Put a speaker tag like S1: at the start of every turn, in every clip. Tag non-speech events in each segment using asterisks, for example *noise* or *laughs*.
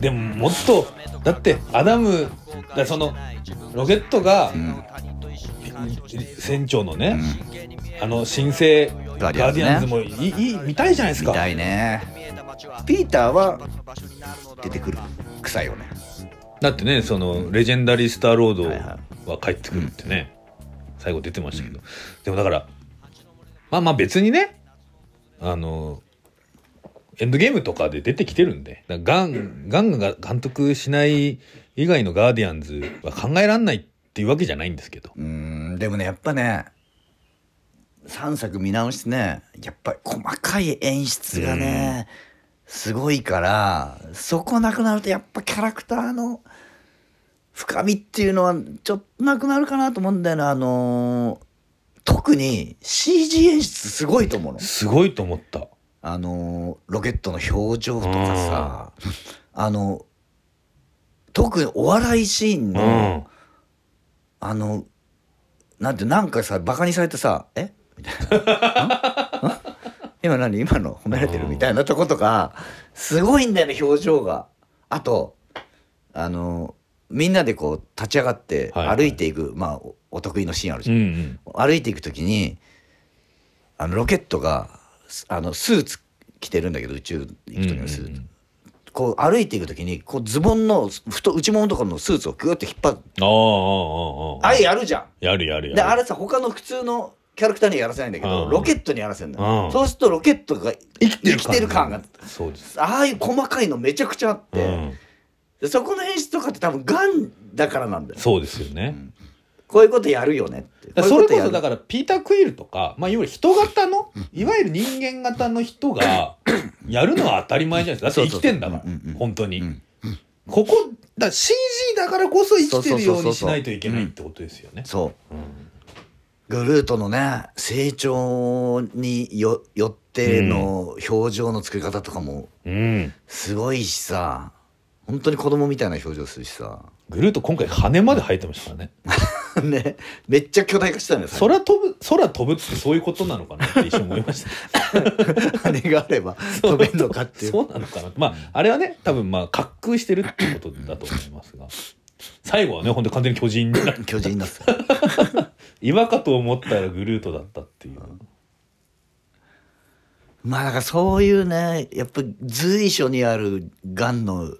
S1: でももっとだってアダムだそのロケットが
S2: うん
S1: 船長のね、あの新生ガ
S2: ガーディアンズ
S1: ーデ
S2: ね
S1: ィアンズもいいいい見たいじゃないです
S2: 見
S1: か
S2: たいねピーターは出てくる臭いよね
S1: だってねそのレジェンダリースターロード
S2: はいは
S1: は帰ってくるってね、最後出てましたけど、でもだからまあまあ別にねあのエンドゲームとかで出てきてるんでだからガン、ガンが監督しない以外のガーディアンズは考えらんないっていうわけじゃないんですけど
S2: うーんでもねやっぱね3作見直してねやっぱり細かい演出がねすごいからそこなくなるとやっぱキャラクターの深みっていうのはちょっとなくなるかなと思うんだよなあのー特に CG 演出すごいと思うの。
S1: すごいと思った
S2: あのーロケットの表情とかさ、あの特にお笑いシーン
S1: う
S2: の、
S1: ん
S2: あの、なんて、なんかさ、バカにされてさ、えみたい *laughs* な。んん今何今の褒められてるみたいなとことか、すごいんだよね、表情が。あと、あの、みんなでこう、立ち上がって
S1: はいはい
S2: 歩いていく、まあお、お得意のシーンあるじ
S1: う
S2: ゃん。
S1: ん
S2: 歩いていくときに、あの、ロケットが、すあの、スーツ着てるんだけど、宇宙行くときのスー
S1: う
S2: ツ。
S1: ん
S2: こう、歩いていくときに、こう、ズボンの、ふと、内もものところのスーツをグーって引っ張る。
S1: ああああああ
S2: あい、やるじゃん。
S1: やるやるやる
S2: であれさ他の普通のキャラクターにはやらせないんだけど、
S1: うん
S2: ロケットにやらせるんだよ、
S1: うん
S2: そうするとロケットが生きてる感が
S1: そうです
S2: ああいう細かいのめちゃくちゃあって、
S1: うん
S2: でそこの演出とかって多分ガンだからなんだよ
S1: そうですよね、
S2: こういうことやるよねって
S1: だからそれこ
S2: ういう
S1: そだ
S2: やる
S1: からピーター・クイールとか、まあ、いわゆる人型のいわゆる人間型の人
S2: *clears throat*
S1: がやるのは当たり前じゃないですかだって生きてんだから
S2: そうそうそううんうんうん
S1: 本当に、
S2: ん
S1: ここだ CG だからこそ生きてるよ
S2: そうそうそう
S1: う
S2: そう
S1: にしないといけないってことですよね
S2: そう
S1: うん
S2: グルートのね成長によよっての表情の作り方とかも
S1: うん
S2: すごいしさ本当に子供みたいな表情するしさ *laughs*
S1: グルート今回羽まで生えてましたからね
S2: ねめっちゃ巨大化したんだよ最後
S1: 空飛ぶ空飛ぶってそういうことなのかなって一瞬思いました
S2: 羽があれば *laughs* 飛べんのかっていう
S1: そうなのかなまああれはね多分まあ滑空してるってことだと思いますが最後はねほんで完全に巨人になる *laughs*
S2: 巨人になってた
S1: 今かと思ったらグルートだったっていう、
S2: まあだからそういうねやっぱり随所にあるがんの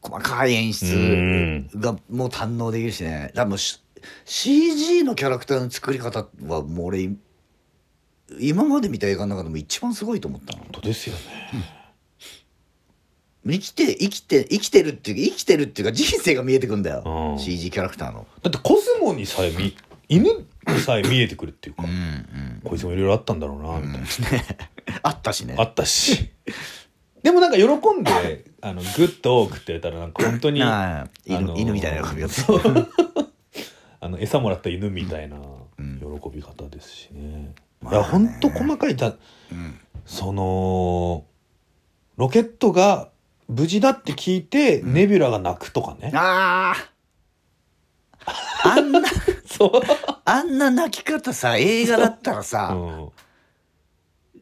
S2: 細かい演出がもう堪能できるしね多分し CG のキャラクターの作り方はもう俺い今まで見た映画の中でも一番すごいと思ったの
S1: 本当ですよね
S2: 生きて生きて生きてるっていうか生きてるっていうか人生が見えてくんだよ
S1: うん
S2: CG キャラクターの
S1: だってコスモにさえ見犬にさえ見えてくるっていうか、
S2: うんうん
S1: こいつもいろいろあったんだろうなみたいな、
S2: あったしね
S1: あったしでもなんか喜んであのグッド多くって言ったらなんか本当にあ
S2: なあ犬,、
S1: あのー
S2: 犬みたいな髪型
S1: の餌もらった犬みたいな
S2: うん
S1: 喜び方ですしね、
S2: まあ
S1: い
S2: ね
S1: やほんと細かいだ
S2: うん
S1: そのロケットが無事だって聞いて、ネビュラが泣くとかね
S2: *laughs* あああんな
S1: そう、
S2: あんな泣き方さ映画だったら
S1: う
S2: さ、
S1: ん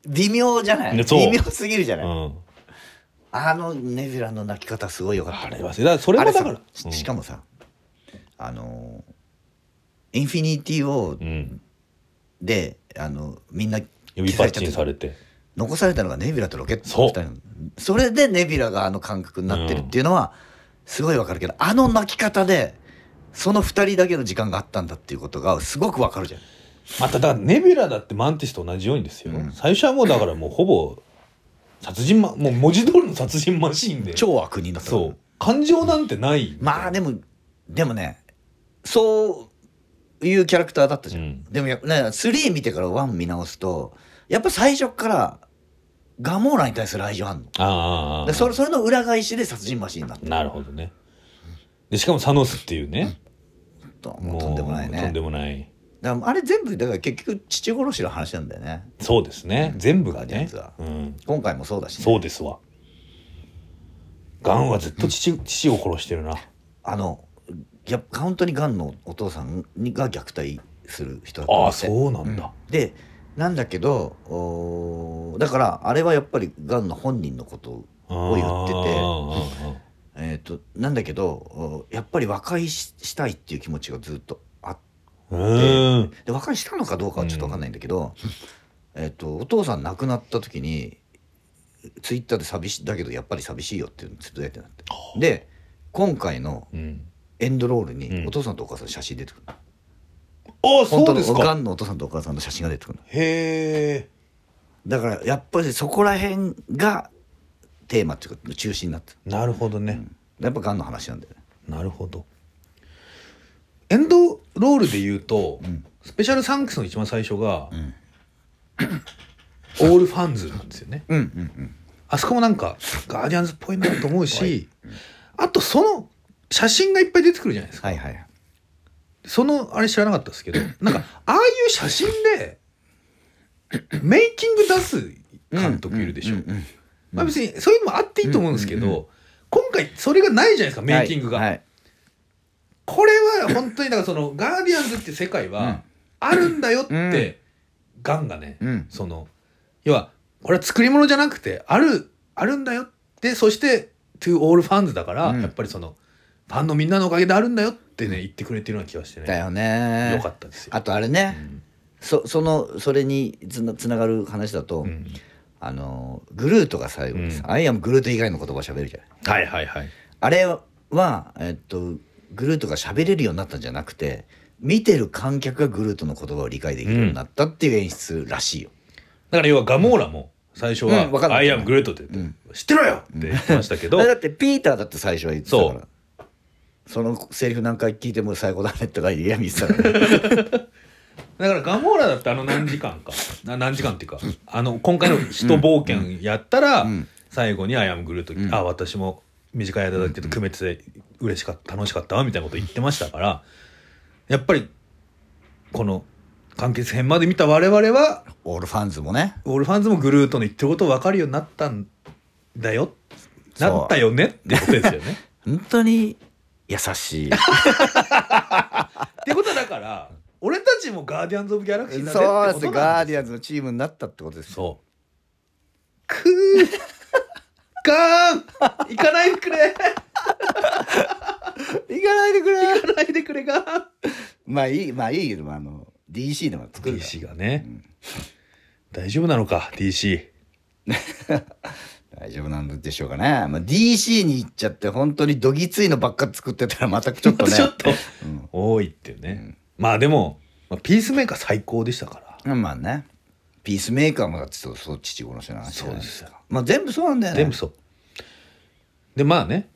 S2: 微妙じゃない
S1: ねそう
S2: 微妙すぎるじゃない、
S1: うん、
S2: あのネビュラの泣き方すごいよかった
S1: あれはだからそれもだか
S2: あ
S1: ら
S2: れさししかもさ、あのインフィニティを
S1: うん、うん
S2: であのみんな
S1: 指パッチンさ
S2: 消
S1: れて
S2: 残されたのがネビュラとロケット
S1: そう
S2: の二人のそれでネビュラがあの感覚になってるっていうのは、すごいわかるけどあの泣き方でその二人だけの時間があったんだっていうことがすごくわかるじゃん
S1: まただからネビュラだってマンティスと同じようにですよ、
S2: うん
S1: 最初はもうだからもうほぼ殺人マもう文字通りの殺人マシーンで
S2: 超悪人だったから
S1: そう感情なんてない
S2: まあでもでもねそういうキャラクターだったじゃん、
S1: うん
S2: でもやっぱね3見てから1見直すとやっぱ最初っからガモーラに対する愛情あんの
S1: ああああああ
S2: でそれそれの裏返しで殺人マシーンになった
S1: なるほどねでしかもサノスっていうね
S2: ともうとんでもないね
S1: とんでもない
S2: だからあれ全部だから結局父殺しの話なんだよね
S1: そうですね、全部が
S2: ガーディアン
S1: ね
S2: ズは、
S1: うん、
S2: 今回もそうだしね、
S1: そうですわガンはずっと父,、父を殺してるな
S2: あのやっぱ本当にガンのお父さんが虐待する人だったん
S1: あ
S2: だ
S1: あ
S2: って
S1: そうなんだ、
S2: でなんだけどおーだからあれはやっぱりがんの本人のことを言ってて
S1: て
S2: えー、となんだけどおやっぱり和解ししたいっていう気持ちがずっとあっ
S1: うん
S2: で和解したのかどうかはちょっと分かんないんだけど、 *laughs* えっとお父さん亡くなった時にツイッターで寂し「だけどやっぱり寂しいよ」っていうのつぶやいてなってで今回の
S1: うん
S2: エンドロール
S1: う
S2: に
S1: ん
S2: お父さんとお母さんの写真出てくる、
S1: あ
S2: 本
S1: そ
S2: 当
S1: うです
S2: のが
S1: か
S2: んのお父さんとお母さんの写真が出てくるの
S1: へえ
S2: だからやっぱりそこら辺がテーマっていうか中心になってる
S1: なるほどね、
S2: やっぱがんの話なんだよね
S1: なるほどエンドロールで言うと、
S2: ん
S1: スペシャルサンクスの一番最初が、
S2: ん
S1: オールファンズなんですよね
S2: うんうん
S1: あそこもなんかガーディアンズっぽいなと思うし、あとその写真がいっぱい出てくるじゃないですか、
S2: はいはい
S1: そのあれ知らなかったですけどなんかああいう写真でメイキング出す監督いるでしょ、
S2: うんうんうん
S1: まあ別にそういうのもあっていいと思うんですけど、
S2: うんうん
S1: 今回それがないじゃないですかメイキングが、
S2: はいはい
S1: これは本当にだからそのガーディアンズって世界
S2: う
S1: は
S2: ん
S1: あるんだよっ
S2: うん
S1: てガンがね
S2: うん
S1: その要はこれは作り物じゃなくてあるあるんだよってそして「to all fans」だから
S2: うん
S1: やっぱりそのファンのみんなのおかげであるんだよってね言ってくれてるような気がして
S2: だ
S1: ね
S2: よね
S1: よかったですよ。
S2: あとあれね、
S1: うん
S2: そそのそれにつなつながる話だと、
S1: うん
S2: あのグルートが最後にさ
S1: う
S2: アイアムグルート以外の言葉喋るじゃない
S1: はいはいはい。
S2: あれは、えっと、グルートが喋れるようになったんじゃなくて見てる観客がグルートの言葉を理解できるようになったっていう演出らしいよ、
S1: だから要はガモーラも最初は
S2: うんわか
S1: 「
S2: んな
S1: ア
S2: い
S1: イアムグレート」って言って「知ってろよ!」って言ってました
S2: *laughs*
S1: けど
S2: あれだってピーターだって最初は言ってたか
S1: そ
S2: らそのセリフ何回聞いても最高だねとか嫌味して
S1: *laughs*
S2: たからね
S1: だからガモーラだってあの何時間
S2: *laughs*
S1: かな何時間っていうかあの今回の「人冒険」やったら、
S2: ん
S1: 最後に「アイアムグルート」
S2: ん
S1: あ私も短い間だけど組めてて嬉しかった楽しかったわ」みたいなこと言ってましたからやっぱりこの完結編まで見た我々は
S2: オールファンズもね
S1: オールファンズもグルートの言ってること分かるようになったんだよ
S2: そう
S1: なったよねってことですよ
S2: *laughs*
S1: ね。
S2: 本当に優 *laughs* しい
S1: ってことはだから俺たちも「ガーディアンズ・オブ・ギャラクシー」になれ
S2: そう
S1: っ
S2: で
S1: て
S2: す
S1: ことなん
S2: ガ
S1: で
S2: ーディアンズのチームになったってことですよ
S1: そう。くー、ガーン行かないでくれ
S2: 行かないでくれ
S1: 行かないでくれ、ガーン
S2: まあいいまあいいけどまああの DC でも作るから
S1: !DC がね、大丈夫なのか、DC。
S2: 大丈夫なんでしょうかね、まあ、DC に行っちゃって本当にどぎついのばっか作ってたらまたちょっとね
S1: ちょっと、
S2: うん
S1: 多いっていうね。まあでも、まあピースメーカー最高でしたから。
S2: まあねピースメーカーもだってそうそう父殺しの話じゃないです
S1: そうで
S2: かまあ全部そうなんだよね
S1: 全部そう。で、まあね、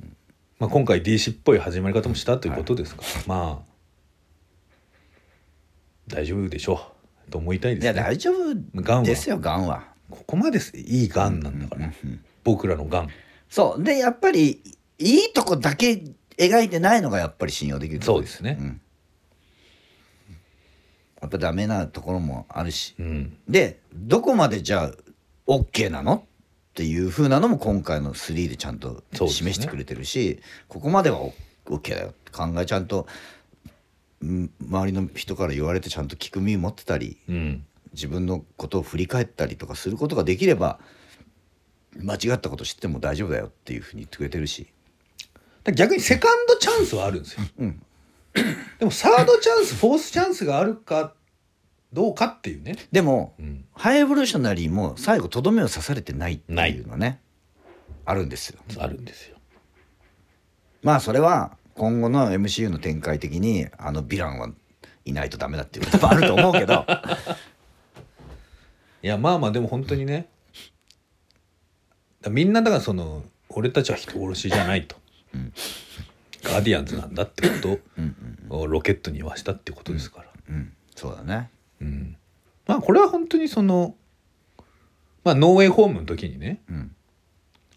S1: まあ、今回 DC っぽい始まり方もしたということですから、まあ、大丈夫でしょう。と思いたいで
S2: いや
S1: すね。
S2: 大丈夫ですよガンは
S1: ここまですいいがんなんだから、僕らのがん。
S2: そうでやっぱりいいとこだけ描いてないのがやっぱり信用できるとこ
S1: そうですね。
S2: うんやっぱダメなところもあるし
S1: うん、
S2: でどこまでじゃあ OK なのっていう風なのも今回の3でちゃんと
S1: そうで
S2: 示
S1: すね
S2: してくれてるし、ここまでは OK だよって考えちゃんとうん周りの人から言われてちゃんと聞く耳持ってたり
S1: うん、
S2: 自分のことを振り返ったりとかすることができれば間違ったこと知っても大丈夫だよっていう風に言ってくれてるし
S1: だから逆にセカンドチャンスはあるんですよ、 *clears throat* でもサードチャンスフォースチャンスがあるかどうかっていうね、
S2: でも、
S1: うん、
S2: ハイエボリューショナリーも最後とどめを刺されてないっていうのはねあるんですよ。
S1: あるんですよ
S2: まあそれは今後の MCU の展開的にあのヴィランはいないとダメだっていうこともあると思う
S1: *laughs*
S2: けど
S1: いやまあまあでも本当にねだからみんなだからその俺たちは人殺しじゃないと、ガーディアンズなんだってことをロケットに言わしたってことですから、
S2: うんそうだね
S1: うんまあこれは本当にそのまあノーウェイホームの時にね、
S2: ん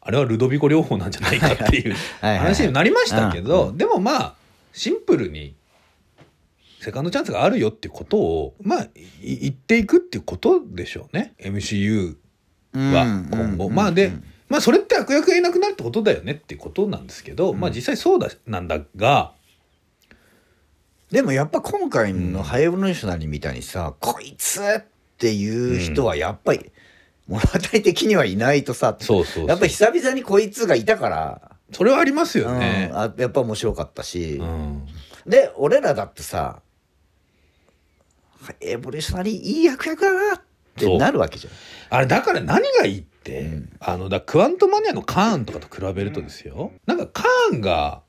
S1: あれはルドビコ療法なんじゃないかっていう
S2: はいはい
S1: 話になりましたけど、でもまあシンプルにセカンドチャンスがあるよってことをまあい言っていくっていうことでしょうね MCU は今後、まあで、まあそれって悪役がいなくなるってことだよねっていうことなんですけど、まあ実際そうだなんだが
S2: でもやっぱ今回のハイエボリューショナリーみたいにさ、こいつっていう人はやっぱり物語的にはいないとさ
S1: そうそうそう
S2: やっぱ久々にこいつがいたから
S1: それはありますよ
S2: う
S1: ね
S2: ん、。あやっぱ面白かったし
S1: う、ん。
S2: で俺らだってさエボリューショナリーいい役役だなってなるわけじゃん
S1: あれ、だから何がいいって、あの、だクアントマニアのカーンとかと比べるとですよ。なんかカーンが、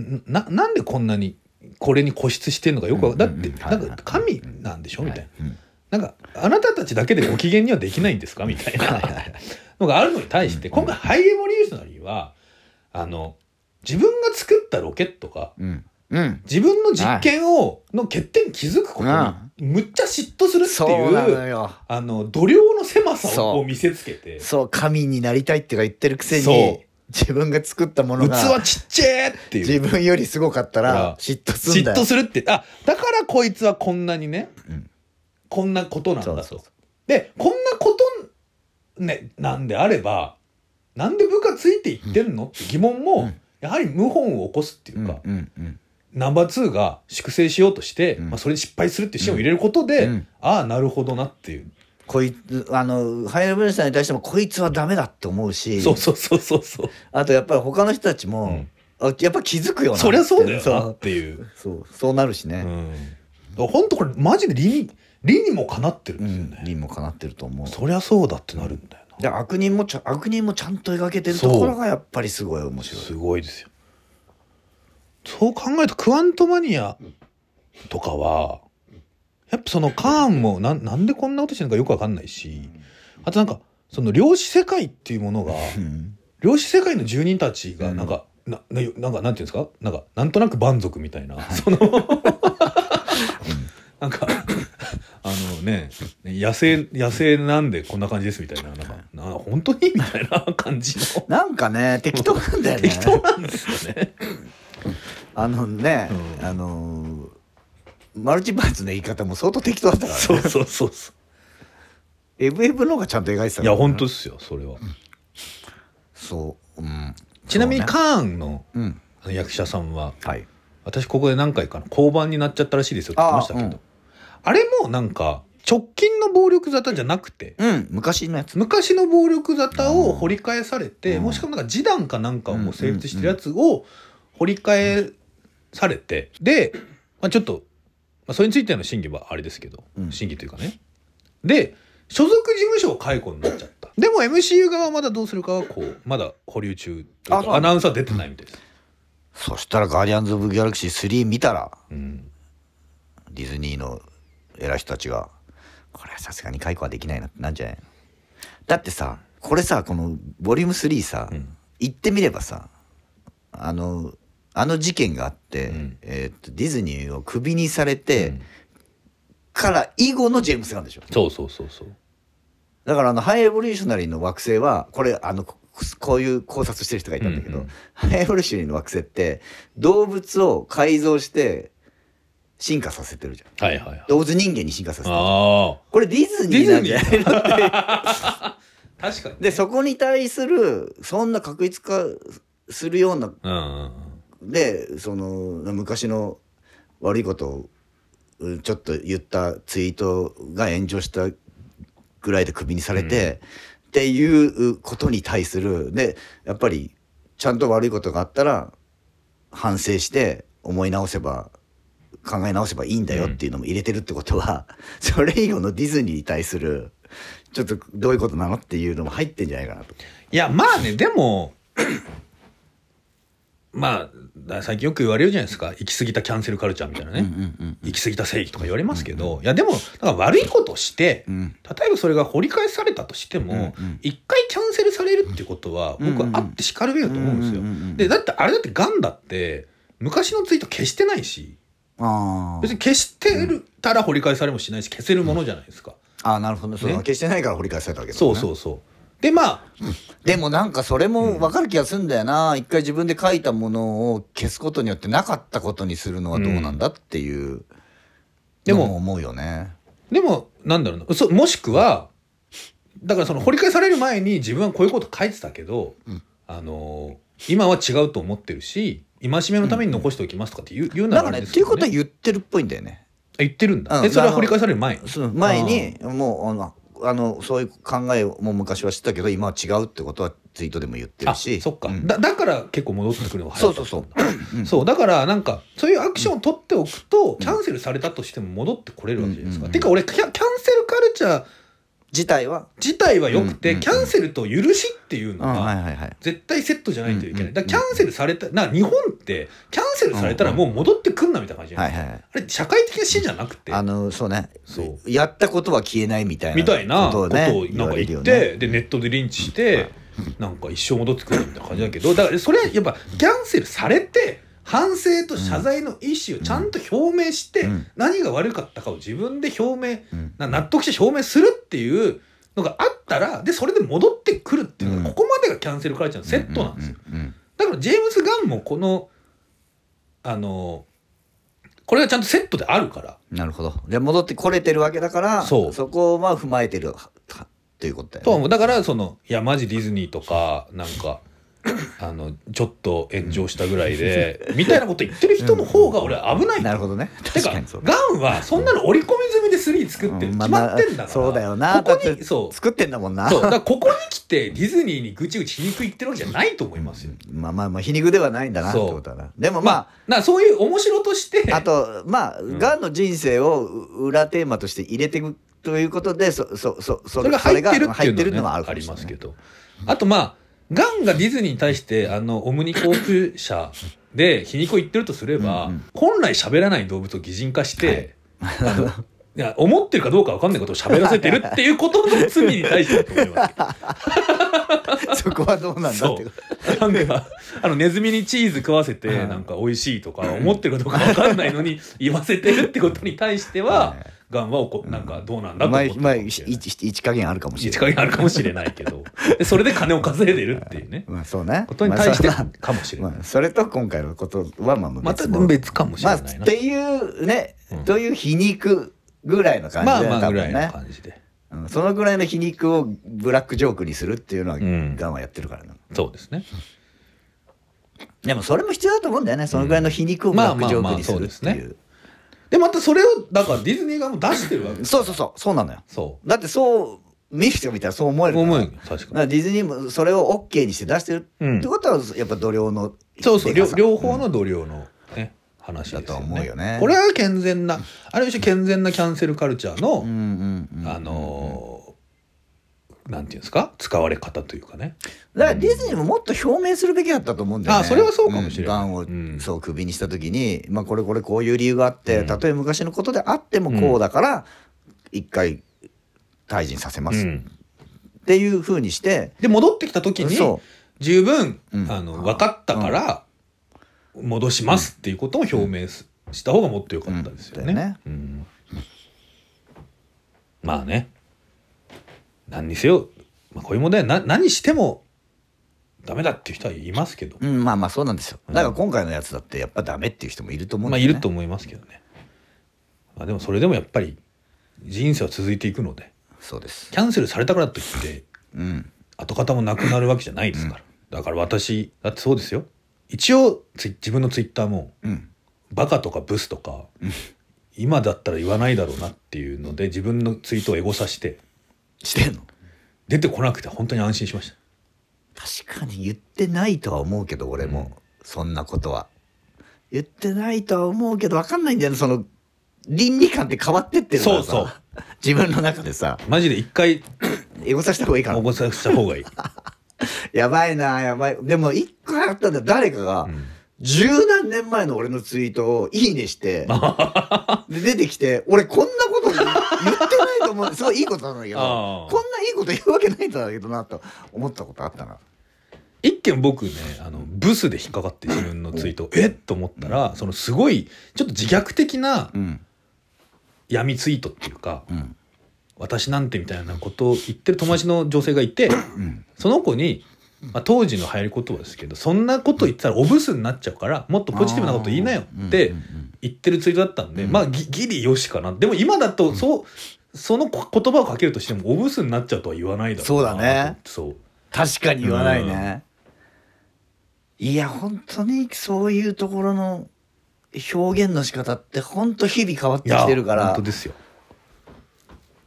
S1: んな、なんでこんなに、これに固執してんのかよくわかだって、
S2: うんうんはい
S1: なんか神なんでしょみたいな。
S2: うん
S1: なんか、あなたたちだけでご機嫌にはできないんですかみたいなのがあるのに対して、今回ハイエボリューショナリーは、あの、自分が作ったロケットが、
S2: うんうん
S1: 自分の実験を、の欠点に気づくことに、むっちゃ嫉妬するって
S2: そうなの
S1: いう、
S2: よ
S1: あの、度量の狭さ
S2: そ
S1: を
S2: う
S1: こう見せつけて、
S2: そう神になりたいってか言ってるくせ
S1: そ
S2: に自分が作ったものが
S1: 器ちっちゃえってい
S2: 自
S1: う。
S2: 分よりすごかった
S1: ほら
S2: ら嫉妬すん
S1: 嫉
S2: だよ
S1: 妬するって、あ、だからこいつはこんなにね、
S2: うん
S1: こんなことなんだと。
S2: そうそうそ
S1: でこんなこと、ね、なんであればなんで部下ついていってるのって疑問も、
S2: うん
S1: やはり謀反を起こすっていうか、
S2: うんうんうん
S1: ナンバー2が粛清しようとして、
S2: うん
S1: まあ、それに失敗するっていうシーンを入れることで、
S2: うん
S1: ああなるほどなっていう、
S2: こいつあのハイレベルさんに対してもこいつはダメだって思うし
S1: そうそうそうそうそう、
S2: あとやっぱり他の人たち
S1: う
S2: も
S1: ん、
S2: あやっぱ気づくよな
S1: そりゃそうだよ
S2: そ
S1: なっ
S2: う
S1: ていう、
S2: そうそうなるし
S1: う
S2: ね、
S1: ん、ほんとこれマジで理に理にもかなってるん
S2: う
S1: ですよ
S2: ん、
S1: ね、
S2: 理もかなってると思う
S1: そりゃそうだってなるんだよな、
S2: で悪人もちゃ悪人もちゃんと描けてる
S1: そう
S2: ところがやっぱりすごい面白い
S1: すごいですよそう考えるとクアントマニアとかはやっぱそのカーンもなんなんでこんなことしてるのかよくわかんないしあとなんかその量子世界っていうものが
S2: うん
S1: 量子世界の住人たちがなんか、なななんかなんていうんですかなんかなんとなく蛮族みたいな、その *laughs* なんか *laughs* あのね野生野生なんでこんな感じですみたいななんかな本当にみたいな感じの
S2: なんかね適当なんだよね
S1: 適当なんですよね。
S2: *laughs* あのね、
S1: うん
S2: あのーマルチバーツの言い方も相当適当だったから、ね、
S1: そうそうそうそ
S2: エブエブの方がちゃんと描いてた
S1: う。
S2: か
S1: い
S2: ら
S1: や、本当ですよ、それは。
S2: そう、うん、
S1: ちなみに
S2: そうね
S1: カーンの
S2: うん
S1: あの役者さんは、
S2: はい
S1: 私ここで何回かの交番になっちゃったらしいですよって言ってましたけど、あ,、
S2: あうん
S1: れもなんか、直近の暴力沙汰じゃなくて、
S2: うん昔のやつ
S1: 昔の暴力沙汰を掘り返されて、
S2: うん
S1: もしかもなんか示談かなんかをもう成立してるやつを掘り返されて、で、まあ、ちょっと、まあ、それについての審議はあれですけど、
S2: うん
S1: 審議というかね。で、所属事務所を解雇になっちゃった。でも MCU 側はまだどうするかはこう、まだ保留中という
S2: あそう
S1: か、アナウンサー出てないみたいです。
S2: そしたら「ガーディアンズ・オブ・ギャラクシー3」見たら
S1: うん。
S2: ディズニーの偉い人たちがこれはさすがに解雇はできないなってなんじゃないのだってさこれさこのボリューム3さ、
S1: ん
S2: 言ってみればさあのあの事件があって、
S1: ん
S2: えーっとディズニーをクビにされて、
S1: うん
S2: から以後のジェームスガンでしょ
S1: そうそうそうそう。
S2: だからあのハイエボリューショナリーの惑星はこれあのここういう考察してる人がいたんだけ
S1: う
S2: ど、
S1: んうん
S2: ハイエボリューショナリーの惑星って動物を改造して進化させてるじゃん
S1: はいはいはい。
S2: 動物人間に進化させてる
S1: ああ。
S2: これディズニーなんじゃないの
S1: 確
S2: *laughs*
S1: かに、ね。
S2: で、そこに対する、そんな確率化するような、
S1: うんうんうん。
S2: で、その、昔の悪いことをうん、ちょっと言ったツイートが炎上したぐらいでクビにされて、っていうことに対する、で、やっぱり、ちゃんと悪いことがあったら、反省して、思い直せば、考え直せばいいんだよっていうのも入れてるってことは、 *laughs* それ以後のディズニーに対する、ちょっとどういうことなのっていうのも入ってんじゃないかなと。
S1: いや、まあね、でも、 *coughs* まあ、だ最近よく言われるじゃないですか。行き過ぎたキャンセルカルチャーみたいなね。行き過ぎた正義とか言われますけど、いや、でも、だから悪いことをして、
S2: うん
S1: 例えばそれが掘り返されたとしても
S2: うんうん、
S1: 一、回キャンセルされるっていうことは、僕は
S2: うんうん
S1: あってしかるべきだと思うんですよ。
S2: うんうんうん
S1: で、だってあれだってガンだって、昔のツイート消してないし、
S2: あ
S1: 別に消してるたら掘り返されもしないし、消せるものじゃないですか。
S2: ああなるほどそう、
S1: ね
S2: 消してないから掘り返されたわけだ
S1: そ
S2: もん
S1: う
S2: ね
S1: そうそう。で、まあ、
S2: でもなんかそれも分かる気がするんだよな、一回自分で書いたものを消すことによってなかったことにするのはどうなんだっていう
S1: でも
S2: の思うよね
S1: でも、なんだろうな。そうもしくは、だからその掘り返される前に自分はこういうこと書いてたけど、
S2: うん
S1: あのー今は違うと思ってるし、戒めのために残しておきますとかって言う,、言うな
S2: だ
S1: ら
S2: か
S1: あ
S2: ら
S1: れ
S2: ね
S1: で
S2: っ
S1: す
S2: て
S1: け
S2: いう
S1: ど
S2: ことは
S1: ね
S2: 言ってるっぽいんだよね
S1: あ言ってるんだ。
S2: うん
S1: で、それ
S2: あ
S1: は
S2: の
S1: 掘り返される前に。
S2: その前にもうあのあのそういう考えも昔はしてたけど今は違うってことはツイートでも言って
S1: あ
S2: るし
S1: そっか、
S2: うん
S1: だだから結構戻ってくるのが
S2: そ
S1: 早か
S2: うそ
S1: っ
S2: う
S1: た
S2: そ
S1: ん
S2: う
S1: だ、
S2: うん
S1: そうだからなんかそういうアクションを取っておくと、
S2: ん
S1: キャンセルされたとしても戻ってこれるわけじゃないですか。
S2: うん
S1: てか俺キャキャンセルカルチャー
S2: 自体は
S1: 自体は良くて、
S2: うん
S1: キャンセルと許しっていうの
S2: うんはい
S1: が
S2: はいはい
S1: 絶対セットじゃないといけない。
S2: うん
S1: だからキャンセルされたな日本ってキャンセルされたらもう戻ってくんなみたいな感じじゃな
S2: はいいはいはい
S1: あれ社会的な死じゃなくて
S2: あのそうね
S1: そ
S2: やったことは消えないみたいな
S1: みたいな
S2: こと
S1: こ
S2: を
S1: と
S2: ね
S1: をなんか
S2: われる
S1: 言
S2: よ
S1: っ
S2: ね
S1: て、でネットでリンチして、なんか一生戻ってくるみたいな感じだけどだからそれはやっぱキャンセルされて反省と謝罪の意思をちゃんと表明して、
S2: うん
S1: 何が悪かったかを自分で表明
S2: うん
S1: な納得して表明するっていうのがあったらでそれで戻ってくるっていうのが、
S2: うん
S1: ここまでがキャンセルカルチャーのセットなんですよ。
S2: うんうんうん
S1: だからジェームズ・ガンもこのあのこれがちゃんとセットであるから
S2: なるほどで戻ってこれてるわけだから
S1: そう
S2: こは踏まえてるははということだ
S1: とは
S2: よ
S1: 思
S2: ね
S1: うだからそのいやマジディズニーとかなんかあのちょっと炎上したぐらい
S2: *laughs*
S1: でみたいなこと言ってる人の方が俺は危ない
S2: なるほどね
S1: て
S2: 確
S1: か
S2: かにそう
S1: ガンはそんなの織り込み済みで3作ってる
S2: うんまあ
S1: 決まってんだから、
S2: まあそうだよ
S1: こ
S2: な
S1: こ
S2: だっ
S1: に
S2: て
S1: そう
S2: 作ってんだもんな
S1: そうだからここに来てディズニーにぐちぐち皮肉言ってるわけじゃないと思いますよ。
S2: まあまあまあ皮肉ではないんだなって
S1: そう
S2: ことだなでも
S1: まあ、
S2: ま
S1: なそういう面白として
S2: あ
S1: *laughs*
S2: あとまあ
S1: ん
S2: がんの人生をう裏テーマとして入れていくということでそそそそ
S1: それが入ってる
S2: それが
S1: っていうの
S2: は
S1: は,、
S2: ある
S1: ね、あ
S2: かも
S1: り
S2: しれ
S1: ま
S2: ない
S1: すけどあとまあガンがディズニーに対してあのオムニ航空社で皮肉を言ってるとすれば
S2: うんうん
S1: 本来喋らない動物を擬人化して、あのいや思ってるかどうか分かんないことを喋らせてるっていうことの罪に対してだと思います *laughs* よ
S2: そこはどうなんだって
S1: そうなんかあのネズミにチーズ食わせて
S2: はい
S1: なんか美味しいとか思ってるかどうか分かんないのに言わせてるってことに対しては
S2: はい
S1: ガンは怒なんかどうなんだと思
S2: ま
S1: っ
S2: あ
S1: てるか
S2: ま
S1: も
S2: あ
S1: しれない
S2: 一一一加減あるかもしれない
S1: 一があるかもしれないけどでそれで金を稼いでるっていうね
S2: まあそうね
S1: ことに対して
S2: まあそ
S1: かもしれ
S2: ま
S1: ない、
S2: あまあそれ *laughs* と今回のことはまあ
S1: また
S2: 別物
S1: 別かもしれ
S2: まあ、
S1: な
S2: っ
S1: いな、
S2: ていうね、
S1: うん
S2: という皮肉ぐらいの感じ
S1: まあ
S2: だよ
S1: まあ
S2: 多
S1: ぐら
S2: 分
S1: いの
S2: ね、
S1: 感じで、
S2: うんそのぐらいの皮肉をブラックジョークにするっていうのは、
S1: ん
S2: ガンはやってるからな
S1: そうですね
S2: でもそれも必要だと思うんだよねそのぐらいの皮肉をブ
S1: まあ
S2: ラックジョークにするって
S1: まあまあまあ
S2: い
S1: そう
S2: う
S1: でまたそれをだからディズニー側も出してるわけ
S2: そうそうそうそうなのよ
S1: そ
S2: だってそう見る人見たらそう思え
S1: う
S2: るから
S1: 思う
S2: だ
S1: よ確
S2: か
S1: から
S2: ディズニーもそれを OK にして出してる
S1: うん
S2: ってことはやっぱ度量の
S1: にそうそう
S2: で
S1: 両
S2: かさ
S1: 両方の同僚のね、話ですよ、ね、
S2: だと思うよね
S1: これは健全なある種健全なキャンセルカルチャーの、
S2: うんうんうん
S1: あのーなんていうんですか使われ方というかね
S2: だからディズニーももっと表明するべきだったと思うんだよ
S1: あ
S2: ね。
S1: それはそうかもしれない
S2: うんガン
S1: う
S2: を
S1: ん
S2: そうクビにした時に、まあこれこれこういう理由があって、
S1: うん
S2: たとえ昔のことであってもこうだから一回退陣させます、
S1: う
S2: っ
S1: ん
S2: ていうふうにして、
S1: で戻ってきた時に
S2: そ
S1: 十分、
S2: うん
S1: あの分かったから戻しますっていうことを表明すした方がもっと良かったですよね。
S2: うんだよね
S1: うんまあね何にせよ、まあ、こういう問題はな何してもダメだっていう人はいますけど、
S2: う、うん、まあまあそうなんですよ。だから今回のやつだってやっぱダメっていう人もいると思うん
S1: まあ
S2: だよ
S1: い
S2: ね。
S1: ると思いますけどね、まあ、でもそれでもやっぱり人生は続いていくので
S2: そうです。
S1: キャンセルされたからといって
S2: うん。
S1: 跡形もなくなるわけじゃないですから、だから私だってそうですよ一応ツイ自分のツイッターも
S2: うん。
S1: バカとかブスとか今だったら言わないだろうなっていうので自分のツイートをエゴさして
S2: してんの
S1: 出てこなくて本当に安心しました
S2: 確かに言ってないとは思うけど俺も、
S1: うん
S2: そんなことは言ってないとは思うけど分かんないんだよねその倫理観って変わってってるからさ
S1: そうそう
S2: 自分の中でさ
S1: マジで一回
S2: エゴさせた方がいいか
S1: エ
S2: ら
S1: ゴさした方がいい、
S2: やばいなやばいでも一個あったんだよ誰かが、
S1: うん
S2: 十何年前の俺のツイートをいいね
S1: *laughs*
S2: して、で出てきて、俺こんなこと言ってないと思う。すごいいいことなんだけど、
S1: あ
S2: こ
S1: あ
S2: んないいこと言うわけないんだけどなと思ったことあったな。
S1: 一見僕ねあのブスで引っかかって自分のツイートをえっと思ったらそのすごいちょっと自虐的な
S2: うん。
S1: 闇ツイートっていうか
S2: うん。
S1: 私なんてみたいなことを言ってる友達の女性がいて
S2: うん。
S1: その子に、まあ、当時の流行り言葉ですけどそんなこと言ってたらおブスになっちゃうからもっとポジティブなこと言いなよって
S2: うんうんうん
S1: 言ってるツイートだったんで、
S2: うん
S1: まあぎギリよしかなでも今だとそう、そのこ言葉をかけるとしてもおブスになっちゃうとは言わないだろ
S2: そうだ
S1: な
S2: ね
S1: そう
S2: 確かに言わないね、いや本当にそういうところの表現の仕方って本当日々変わって
S1: いや
S2: きてるから
S1: 本当ですよ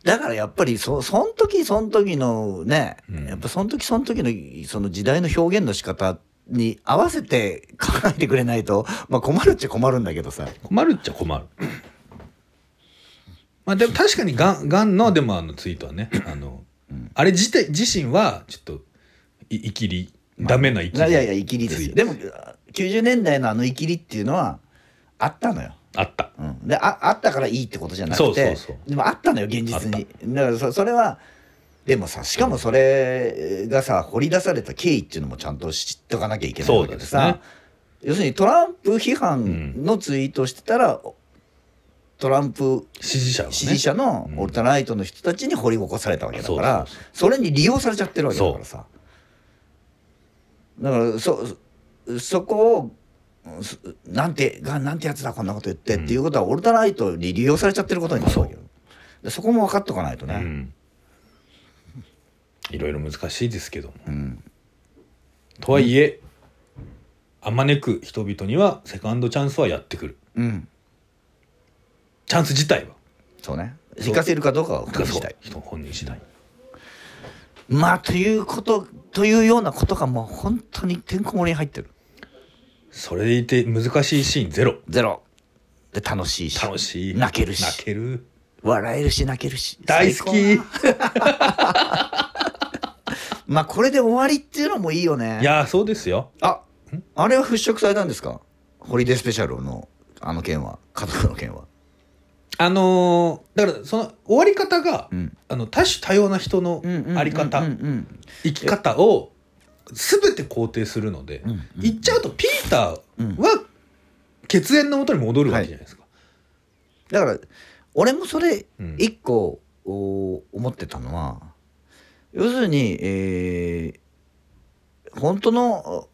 S2: だからやっぱりそそん時そん時のね、
S1: うん
S2: やっぱそん時そん時のその時代の表現の仕方に合わせて考えてくれないと、 *laughs* まあ、困るっちゃ困るんだけどさ
S1: 困るっちゃ
S2: *coughs*
S1: 困る。まあでも確かにガン、ガンのでもあのツイートは
S2: *coughs*
S1: ね、あの、あれ自体、自身はちょっと、い生きり、ダメな生き
S2: い
S1: り。
S2: やいやいきりですよでも90年代のあのいきりっていうのはあったのよ、
S1: あった。
S2: うん、でああったからいいってことじゃなくて
S1: そうそうそう
S2: でもあったのよ現実にだからそそれはでもさしかもそれがさ掘り出された経緯っていうのもちゃんと知っとかなきゃいけないわけでさ
S1: そうですね
S2: 要するにトランプ批判のツイートしてたら、トランプ
S1: 支持者はね。
S2: 支持者の
S1: うん
S2: オルタナライトの人たちに掘り起こされたわけだから、
S1: そう
S2: それに利用されちゃってるわけだからさだからそそこをうんすなんてがなんてやつだこんなこと言って、
S1: うん
S2: っていうことはオルタナライトに利用されちゃってることになるわけよでそこも分かっとかないと
S1: う
S2: ね、
S1: ん。いろいろ難しいですけども。
S2: うん
S1: とはいえ、あまねく人々にはセカンドチャンスはやってくる。
S2: うん、
S1: チャンス自体は。
S2: そうね行かせるかどうかは分か
S1: そう
S2: たい
S1: 人本人次第。
S2: まあということというようなことがもう本当にてんこ盛りに入ってる
S1: それでいて難しいシーンゼロ。
S2: ゼロで楽しいし
S1: 楽しい。
S2: 泣けるし
S1: 泣ける。
S2: 笑えるし泣けるし
S1: 大好
S2: 最
S1: き。
S2: 高まあこれで終わりっていうのもいいよね
S1: いやーそうですよ
S2: ああれは払拭されたんですかホリデースペシャルのあの件は家族の件は
S1: あのーだからその終わり方が、
S2: うん
S1: あの多種多様な人のあり方、
S2: うんうん
S1: 生き方を全て肯定するので、
S2: うんうん
S1: 言っちゃうとピーターは血縁のもとに戻るわけじゃないですか、
S2: だから俺もそれ
S1: うん
S2: 一個、お思ってたのは要するに、えー本当のお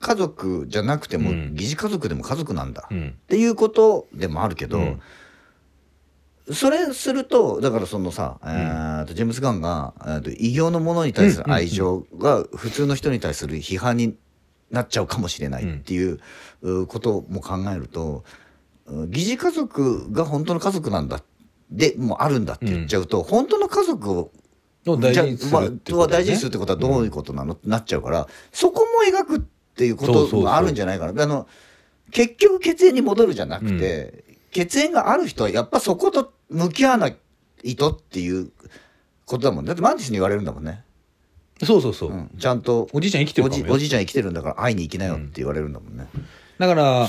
S2: 家族じゃなくても、
S1: うん
S2: 疑似家族でも家族なんだ、
S1: う
S2: っ
S1: ん
S2: ていうことでもあるけど、
S1: うん
S2: それするとだからそのさ、えーとジェームス・ガンが、えーと異形のものに対する愛情が普通の人に対する批判になっちゃうかもしれないっていううことも考えるとうん疑似家族が本当の家族なんだでもうあるんだって言っちゃうと、本当の家族を
S1: を大事にす
S2: じゃあ
S1: るってこと
S2: まあ
S1: だ
S2: 大
S1: よね、
S2: 事にするってことはどういうことなのってなっちゃうからそこも描くっていうことがあるんじゃないかな。あの結局血縁に戻るじゃなくて、血縁がある人はやっぱそこと向き合わないとっていうことだもんだってマンティスに言われるんだもんね、
S1: そうそうそう、
S2: うん、ちゃんと
S1: おじいちゃん生きて
S2: お
S1: るか
S2: じ
S1: も
S2: お
S1: よ
S2: じいちゃん生きてるんだから会いに行きなよって言われるんだもんね、
S1: だ
S2: *laughs*
S1: からだか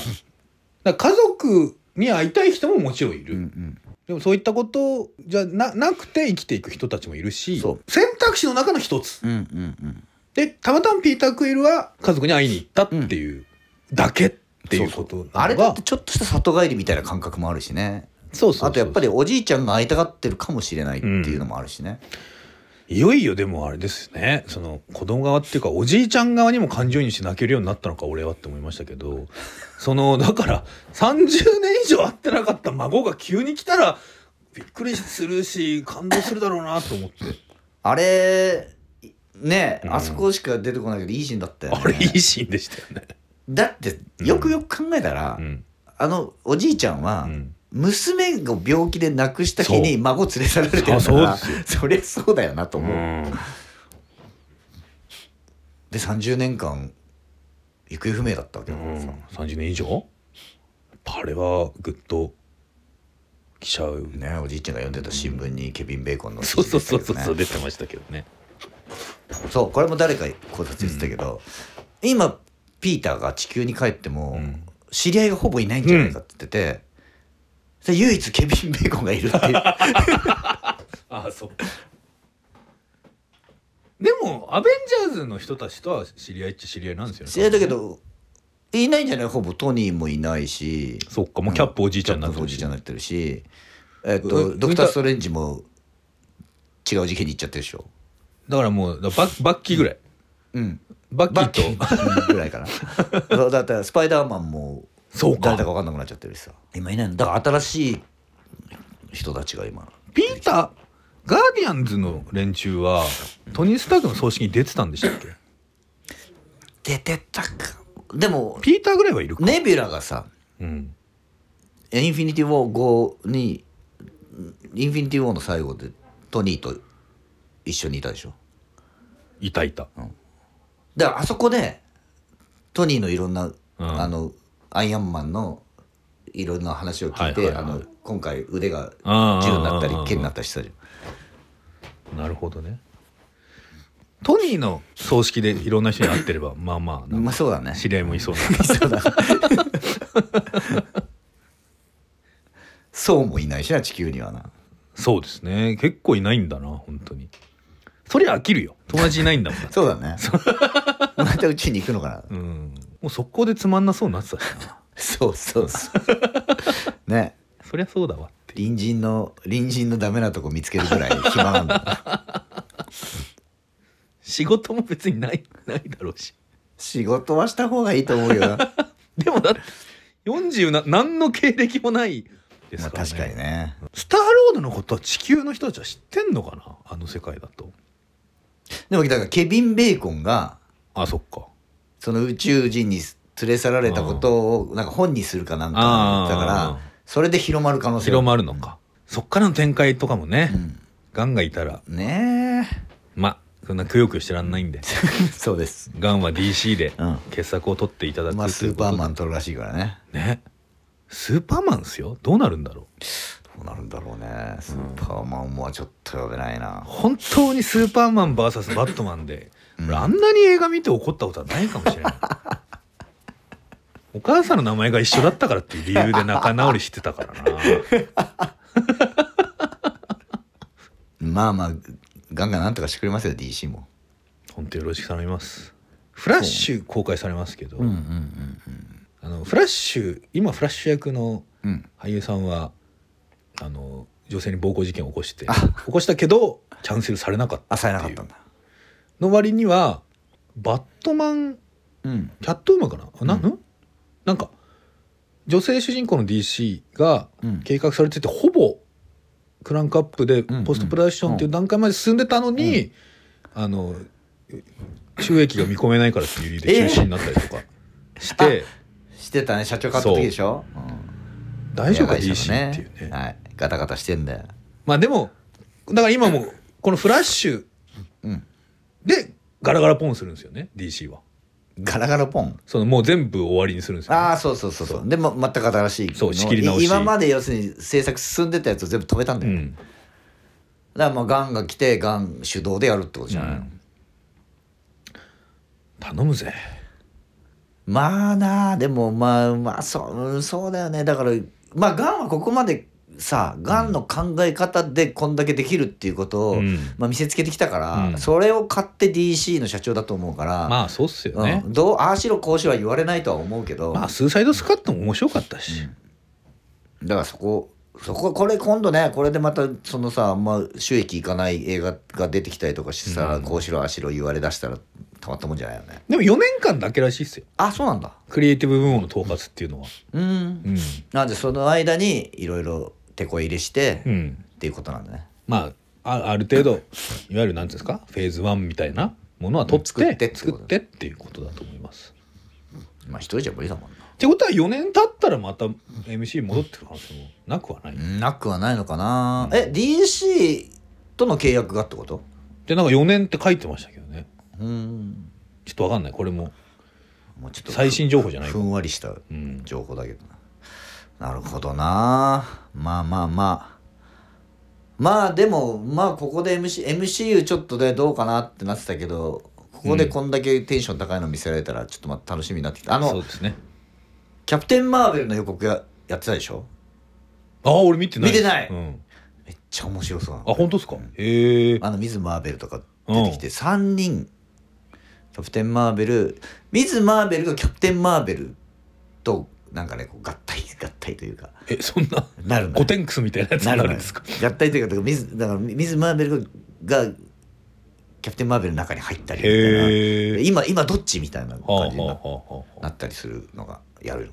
S1: ら家族に会いたい人ももちろんいる、
S2: うんうん
S1: でもそういったことじゃななくて生きていく人たちもいるし
S2: そう
S1: 選択肢の中の一つ
S2: うんうん
S1: でたまたまピーター・クイルは家族に会いに行ったっていうだけっていうことなのが、
S2: あれだってちょっとした里帰りみたいな感覚もあるしね
S1: そうそうそう
S2: あとやっぱりおじいちゃんが会いたがってるかもしれないっていうのもあるしね、
S1: いよいよでもあれですねその子供側っていうかおじいちゃん側にも感情移入して泣けるようになったのか俺はって思いましたけどそのだから30年以上会ってなかった孫が急に来たらびっくりするし感動するだろうなと思って
S2: あれね、
S1: うん
S2: あそこしか出てこないけどいいシーンだったよ、
S1: *laughs*
S2: ね、
S1: あれいいシーンでしたよね。
S2: だってよくよく考えたら、
S1: うん
S2: あのおじいちゃんは、
S1: うん
S2: 娘を病気で亡くした日
S1: そ
S2: に孫連れ去られてるから
S1: そうで
S2: そりゃそうだよなと思う、で30年間行方不明だったわけ
S1: う
S2: だからさ、
S1: ん、30年以上やっぱあれはぐっと来ちゃう
S2: ねおじいちゃんが読んでた新聞にケビン・ベーコンの
S1: そうそうそうそうそう
S2: 記事出てたけどね
S1: 出てましたけどね
S2: そうこれも誰か考察言ってたけど、今ピーターが地球に帰っても、
S1: うん
S2: 知り合いがほぼいないんじゃないかって言ってて、それ唯一ケビン・ベーコンがいるっていう
S1: *laughs* ああそうでもアベンジャーズの人たちとは知り合いっちゃ知り合いなんですよね
S2: 知り合いだけどいないんじゃないほぼトニーもいないし
S1: そっかもうキャップおじいちゃんになって
S2: キャップお
S1: る
S2: じい
S1: し
S2: ちゃんになってるし、えっ
S1: う
S2: と
S1: ん
S2: ドクター・ストレンジも違う事件に行っちゃってるでしょ、
S1: だからもうだバッバッキーぐらい
S2: うん、
S1: バッキ
S2: バッキ
S1: ーと
S2: ーぐら
S1: *laughs*
S2: いかなそうだってスパイダーマンも
S1: そうか
S2: 誰だか分かんなくなっちゃってるしさ今いないのだから新しい人たちが今
S1: ピーターガーディアンズの連中はトニー・スタークの葬式に出てたんでしたっけ
S2: 出てたかでも
S1: ピーターぐらいはいるか、
S2: ネビュラがさ
S1: うん、
S2: インフィニティ・ウォー5にインフィニティ・ウォーの最後でトニーと一緒にいたでしょ
S1: いたいた。
S2: だからあそこでトニーのいろんな、
S1: うん
S2: あのアイアンマンのいろんな話を聞いて、
S1: はいはいはい
S2: あの今回腕が
S1: あ
S2: 銃になったり
S1: ー
S2: 剣になったりしたじゃ
S1: なるほどね。トニーの葬式でいろんな人に会ってれば、まあまあ、なん
S2: ん
S1: か
S2: まあそうだね
S1: 知り合いもいそうな。
S2: そうだそうもいないしな地球にはな
S1: そうですね。結構いないんだな、本当に。そりゃ飽きるよ。友達いないんだもんだって。
S2: そうだね *laughs* またうちに行くのかな
S1: *laughs* うん。もう速攻でつまんなそうになってたしな。
S2: そうそうそう
S1: *laughs*
S2: ね
S1: そりゃそうだわって。
S2: 隣人の隣人のダメなとこ見つけるぐらい暇なん *laughs* だ
S1: 仕事も別にない、ないだろうし。
S2: 仕事はした方がいいと思うよな、ま
S1: でもだって、40な、何の経歴もないです
S2: あ、
S1: からね。
S2: 確かにね
S1: スターロードのことは地球の人たちは知ってんのかなあの世界だと。
S2: でもだからケビン・ベーコンが
S1: あ、そっか。
S2: その宇宙人に連れ去られたことをなんか本にするかなんか
S1: あー
S2: だからそれで広まる可能性
S1: 広まるのか。そっからの展開とかもね、
S2: うん
S1: ガンがいたら、
S2: ね
S1: ま、そんなくよくよしてらんないんで、
S2: え *laughs* そうです
S1: *laughs* ガンは DC で
S2: うん
S1: 傑作を取っていただく
S2: まあ
S1: と
S2: ス
S1: いう
S2: ー
S1: こと
S2: パ
S1: で
S2: ーマン撮るらしいからね
S1: ね。スーパーマンっすよどうなるんだろう
S2: どうなるんだろうねスーパーマンはちょっと呼べないな、
S1: 本当にスーパーマン VS バットマンで、俺あんなに映画見て怒ったことはないかもしれない *laughs* お母さんの名前が一緒だったからっていう理由で仲直りしてたからな
S2: まあまあガンガンなんとかしてくれますよ DC も
S1: 本当よろしく頼みますフラッシュ公開されますけど、
S2: うんうん
S1: あのフラッシュ今フラッシュ役の
S2: うんうん
S1: 俳優さんはあの女性に暴行事件を起こして起こしたけどキャンセルされなかった
S2: あされなかったんだ
S1: の割にはバットマン
S2: うん
S1: キャットウーマンかなあな,、
S2: うん
S1: ん、なんか女性主人公の DC が
S2: うん
S1: 計画されてて、ほぼクランクアップで
S2: ん
S1: ポストプロダクションっていう段階まで進んでたのに、あの収益が見込めないからっていう理由で中止になったりとかして、
S2: *laughs* してたね社長買った時でしょ、うん、
S1: 大丈夫か
S2: 親会社
S1: DC
S2: の
S1: っていうね。
S2: はい、ガタガタしてんだよ
S1: まあでもだから今もこのフラッシュ
S2: うん
S1: でガラガラポンするんですよね DC は。
S2: ガラガラポン
S1: そのもう全部終わりにするんですよ、ね。
S2: ああそうそうそうそうでも全く新しい
S1: そう仕切り直し
S2: 今まで要するに制作進んでたやつを全部止めたんだ
S1: う
S2: よ、
S1: ん
S2: だからまあガンが来てガン主導でやるってことじゃないの、
S1: うん頼むぜ。
S2: まあなあでもまあまあそううんそうだよねだからまあガンはここまでさガンの考え方でこんだけできるっていうことを、
S1: うん
S2: まあ、見せつけてきたから、
S1: うん
S2: それを買って DC の社長だと思うから、
S1: まあそうっすよね
S2: う。んどうああしろこうしろは言われないとは思うけど、
S1: まあスーサイドスカットも面白かったし。
S2: だからそこそここれ今度ねこれでまたそのさあんま収益いかない映画が出てきたりとかしてさ、こうしろああしろ言われだしたらたまったもんじゃないよね
S1: でも4年間だけらしいっすよ。
S2: あそうなんだ
S1: クリエイティブ部門の統括っていうのは。
S2: うん
S1: うん。
S2: なんでその間にいろいろ手こ入れして、
S1: う
S2: っ
S1: ん。
S2: ていうことなんだね
S1: まああある程度いわゆるなんていうんですかフェーズ1みたいなものは取って
S2: うん作ってってこと
S1: 作ってっていうことだと思います。
S2: まあ一人じゃ無理だもんな
S1: ってことは4年経ったらまた MC 戻ってくる可能性もなくはない。
S2: うんなくはないのかなえ DC との契約がってこと
S1: でなんか4年って書いてましたけどね。
S2: うん
S1: ちょっとわかんないこれも
S2: もうちょっと
S1: 最新情報じゃない
S2: ふんわりした
S1: うん
S2: 情報だけどななるほどなまあまあまあまあでもまあここで MC MCU ちょっとでどうかなってなってたけどここでこんだけテンション高いの見せられたらちょっとまた楽しみになってきたあ
S1: そう
S2: の
S1: ですね。
S2: キャプテン・マーベルの予告ややってたでしょ
S1: ああ俺見てない。
S2: 見てない
S1: うん、
S2: めっちゃ面白そうな
S1: あ本当ですか。へえ。
S2: あのミズ・マーベルとか出てきて3人キャプテン・マーベルミズ・マーベルがキャプテン・マーベルとなんかねこう合体合体というか
S1: えそんな
S2: なるのよ
S1: ゴテンクスみたいなやつになるんですか。
S2: のよ合体というかだからミズだからミズ・マーベルががキャプテン・マーベルの中に入ったりみたい
S1: へ
S2: な
S1: え。
S2: 今今どっちみたいな
S1: はあは
S2: 感じ
S1: あ
S2: に
S1: は
S2: な
S1: あはあ。
S2: なったりするのがやるの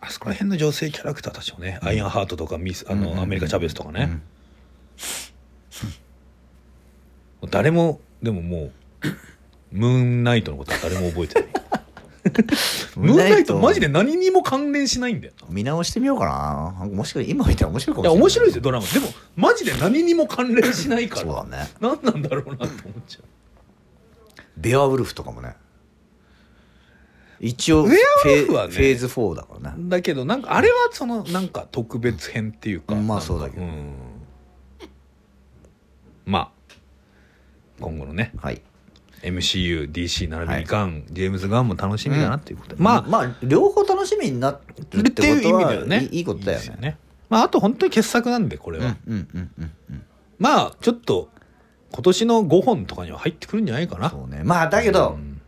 S1: あそこら辺の女性キャラクターたちもね、アイアンハートとかミスあ
S2: うんうんうん
S1: のアメリカ・チャベスとかね、誰もでももうムーンナイトのことは誰も覚えてないムーンライトマジで何にも関連しないんだよな
S2: 見直してみようかな面白い今見たら面白いか
S1: い
S2: もし
S1: や
S2: れ
S1: 面白
S2: ない
S1: いですよドラマでもマジで何にも関連しないか
S2: そう
S1: ら
S2: だね
S1: 何なんだろうなと思っちゃ
S2: ベアウルフとかもね一応
S1: ベアウルフはね
S2: フェーズフォーだからね
S1: うだけどなんかあれはそのなんか特別編っていうか
S2: まあ
S1: なんか
S2: そうだけど
S1: んまあ今後のね
S2: はい
S1: MCUDC 並びにガン、ジェームズ・ガンも楽しみだなっていうことで、ま
S2: まあ
S1: あ
S2: まあ両方楽しみになってるって
S1: いう
S2: こと
S1: 意味
S2: は
S1: ではね
S2: いいいことだよ
S1: です
S2: ね
S1: まあ、あと本当に傑作なんでこれ
S2: うん
S1: は、
S2: うんうんうんうん
S1: まあちょっと今年の5本とかには入ってくるんじゃないかな
S2: そうねまあだけど、
S1: うん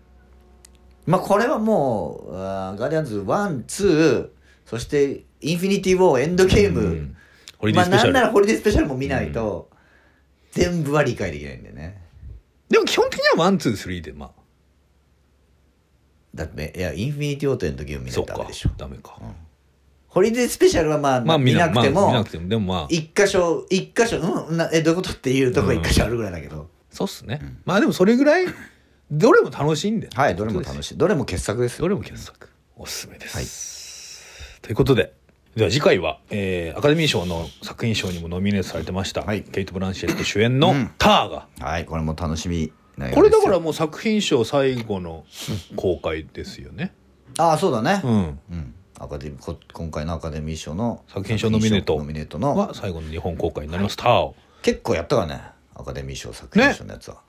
S2: まあこれはもうあーガーディアンズ12そしてインフィニティ・ウォーエンドゲーム、
S1: うんホリデー
S2: まあ
S1: スペ
S2: な
S1: シャ
S2: ん
S1: ル、
S2: ならホリデースペシャルも見ないと、全部は理解できないんでね
S1: でも基本的にはワンツースリーでまあ
S2: だっていやインフィニティ・ウォーとエンドゲーム見な
S1: そ
S2: いうとダメ
S1: か
S2: でしょ
S1: ダメか、
S2: ホリデースペシャルはまあ、
S1: まあ見
S2: 見な
S1: な
S2: くて
S1: まあ、
S2: も、
S1: 見なくてもでもまあ
S2: 一箇所一箇所うんなえどういうことっていうとこ
S1: うん
S2: 一箇所あるぐらいだけど、
S1: そうっすね、まあでもそれぐら
S2: *laughs*
S1: いどれも楽しいんで
S2: はいどれも楽
S1: い
S2: しいどれも傑作です
S1: ど
S2: よ
S1: れも傑作おすすめです、ということででは次回は、えーアカデミー賞の作品賞にもノミネートされてました、
S2: はい
S1: ケイト・ブランシェット主演の
S2: うん
S1: 「ター」が、
S2: はいこれも楽しみなよ
S1: こ
S2: うで
S1: れ
S2: すよ
S1: だからもう作品賞最後の公開ですよね
S2: ああそうだね
S1: う、ん
S2: うんアカデミーこ今回のアカデミー賞の
S1: 作品賞ノミネート
S2: ノミネートの
S1: は最後の日本公開になります「ター」を
S2: 結構やったわねアカデミー賞作品賞のやつは、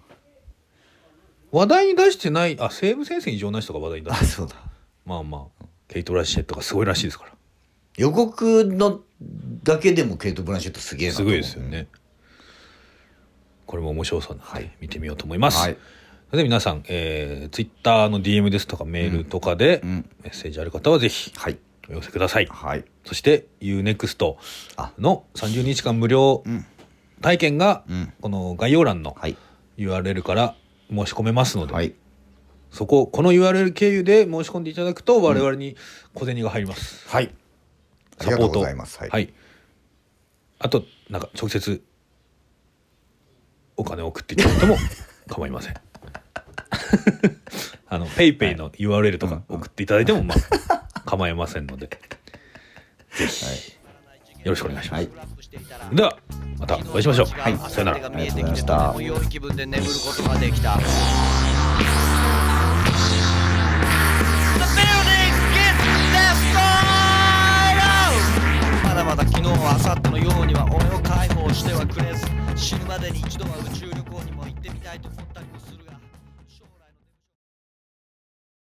S1: 話題に出してないあ西部戦線異常なしとか話題に出
S2: あ
S1: して
S2: そうだ
S1: まあまあケイト・ブランシェットがすごいらしいですから
S2: 予告のだけでもケイト・ブランシェットすげえなと
S1: す
S2: 思
S1: ご
S2: う
S1: いですよね、これも面白そうなので、
S2: はい
S1: 見てみようと思います、
S2: はい
S1: それで皆さん、えー、ツイッターの DM ですとかメールとかで、
S2: うんうん
S1: メッセージある方はぜひ
S2: はい
S1: お寄せください
S2: はい
S1: そして UNEXT
S2: あ
S1: の30日間無料
S2: ん
S1: 体験が、
S2: うん
S1: この概要欄の
S2: はい
S1: URL から申し込めますので、
S2: はい
S1: そここの URL 経由で申し込んでいただくと我々に小銭が入ります、
S2: はいあり
S1: サ
S2: が
S1: ポ
S2: とう
S1: ート
S2: ございますはい
S1: あとなんか直接お金を送っていただい
S2: *laughs*
S1: ても構いません *laughs* あのペイペイの URL とか送っていただいてもまあ構いませんのでぜひよろしくお願いします、
S2: はい
S1: ではまたお会いしましょう、
S3: はい、
S1: さよなら
S3: が見えてきてとても良い気分で眠ることができた。まだまだ昨日は明後日のようには俺を解放してはくれず死ぬまでに一度は宇宙旅行にも行ってみたいと思って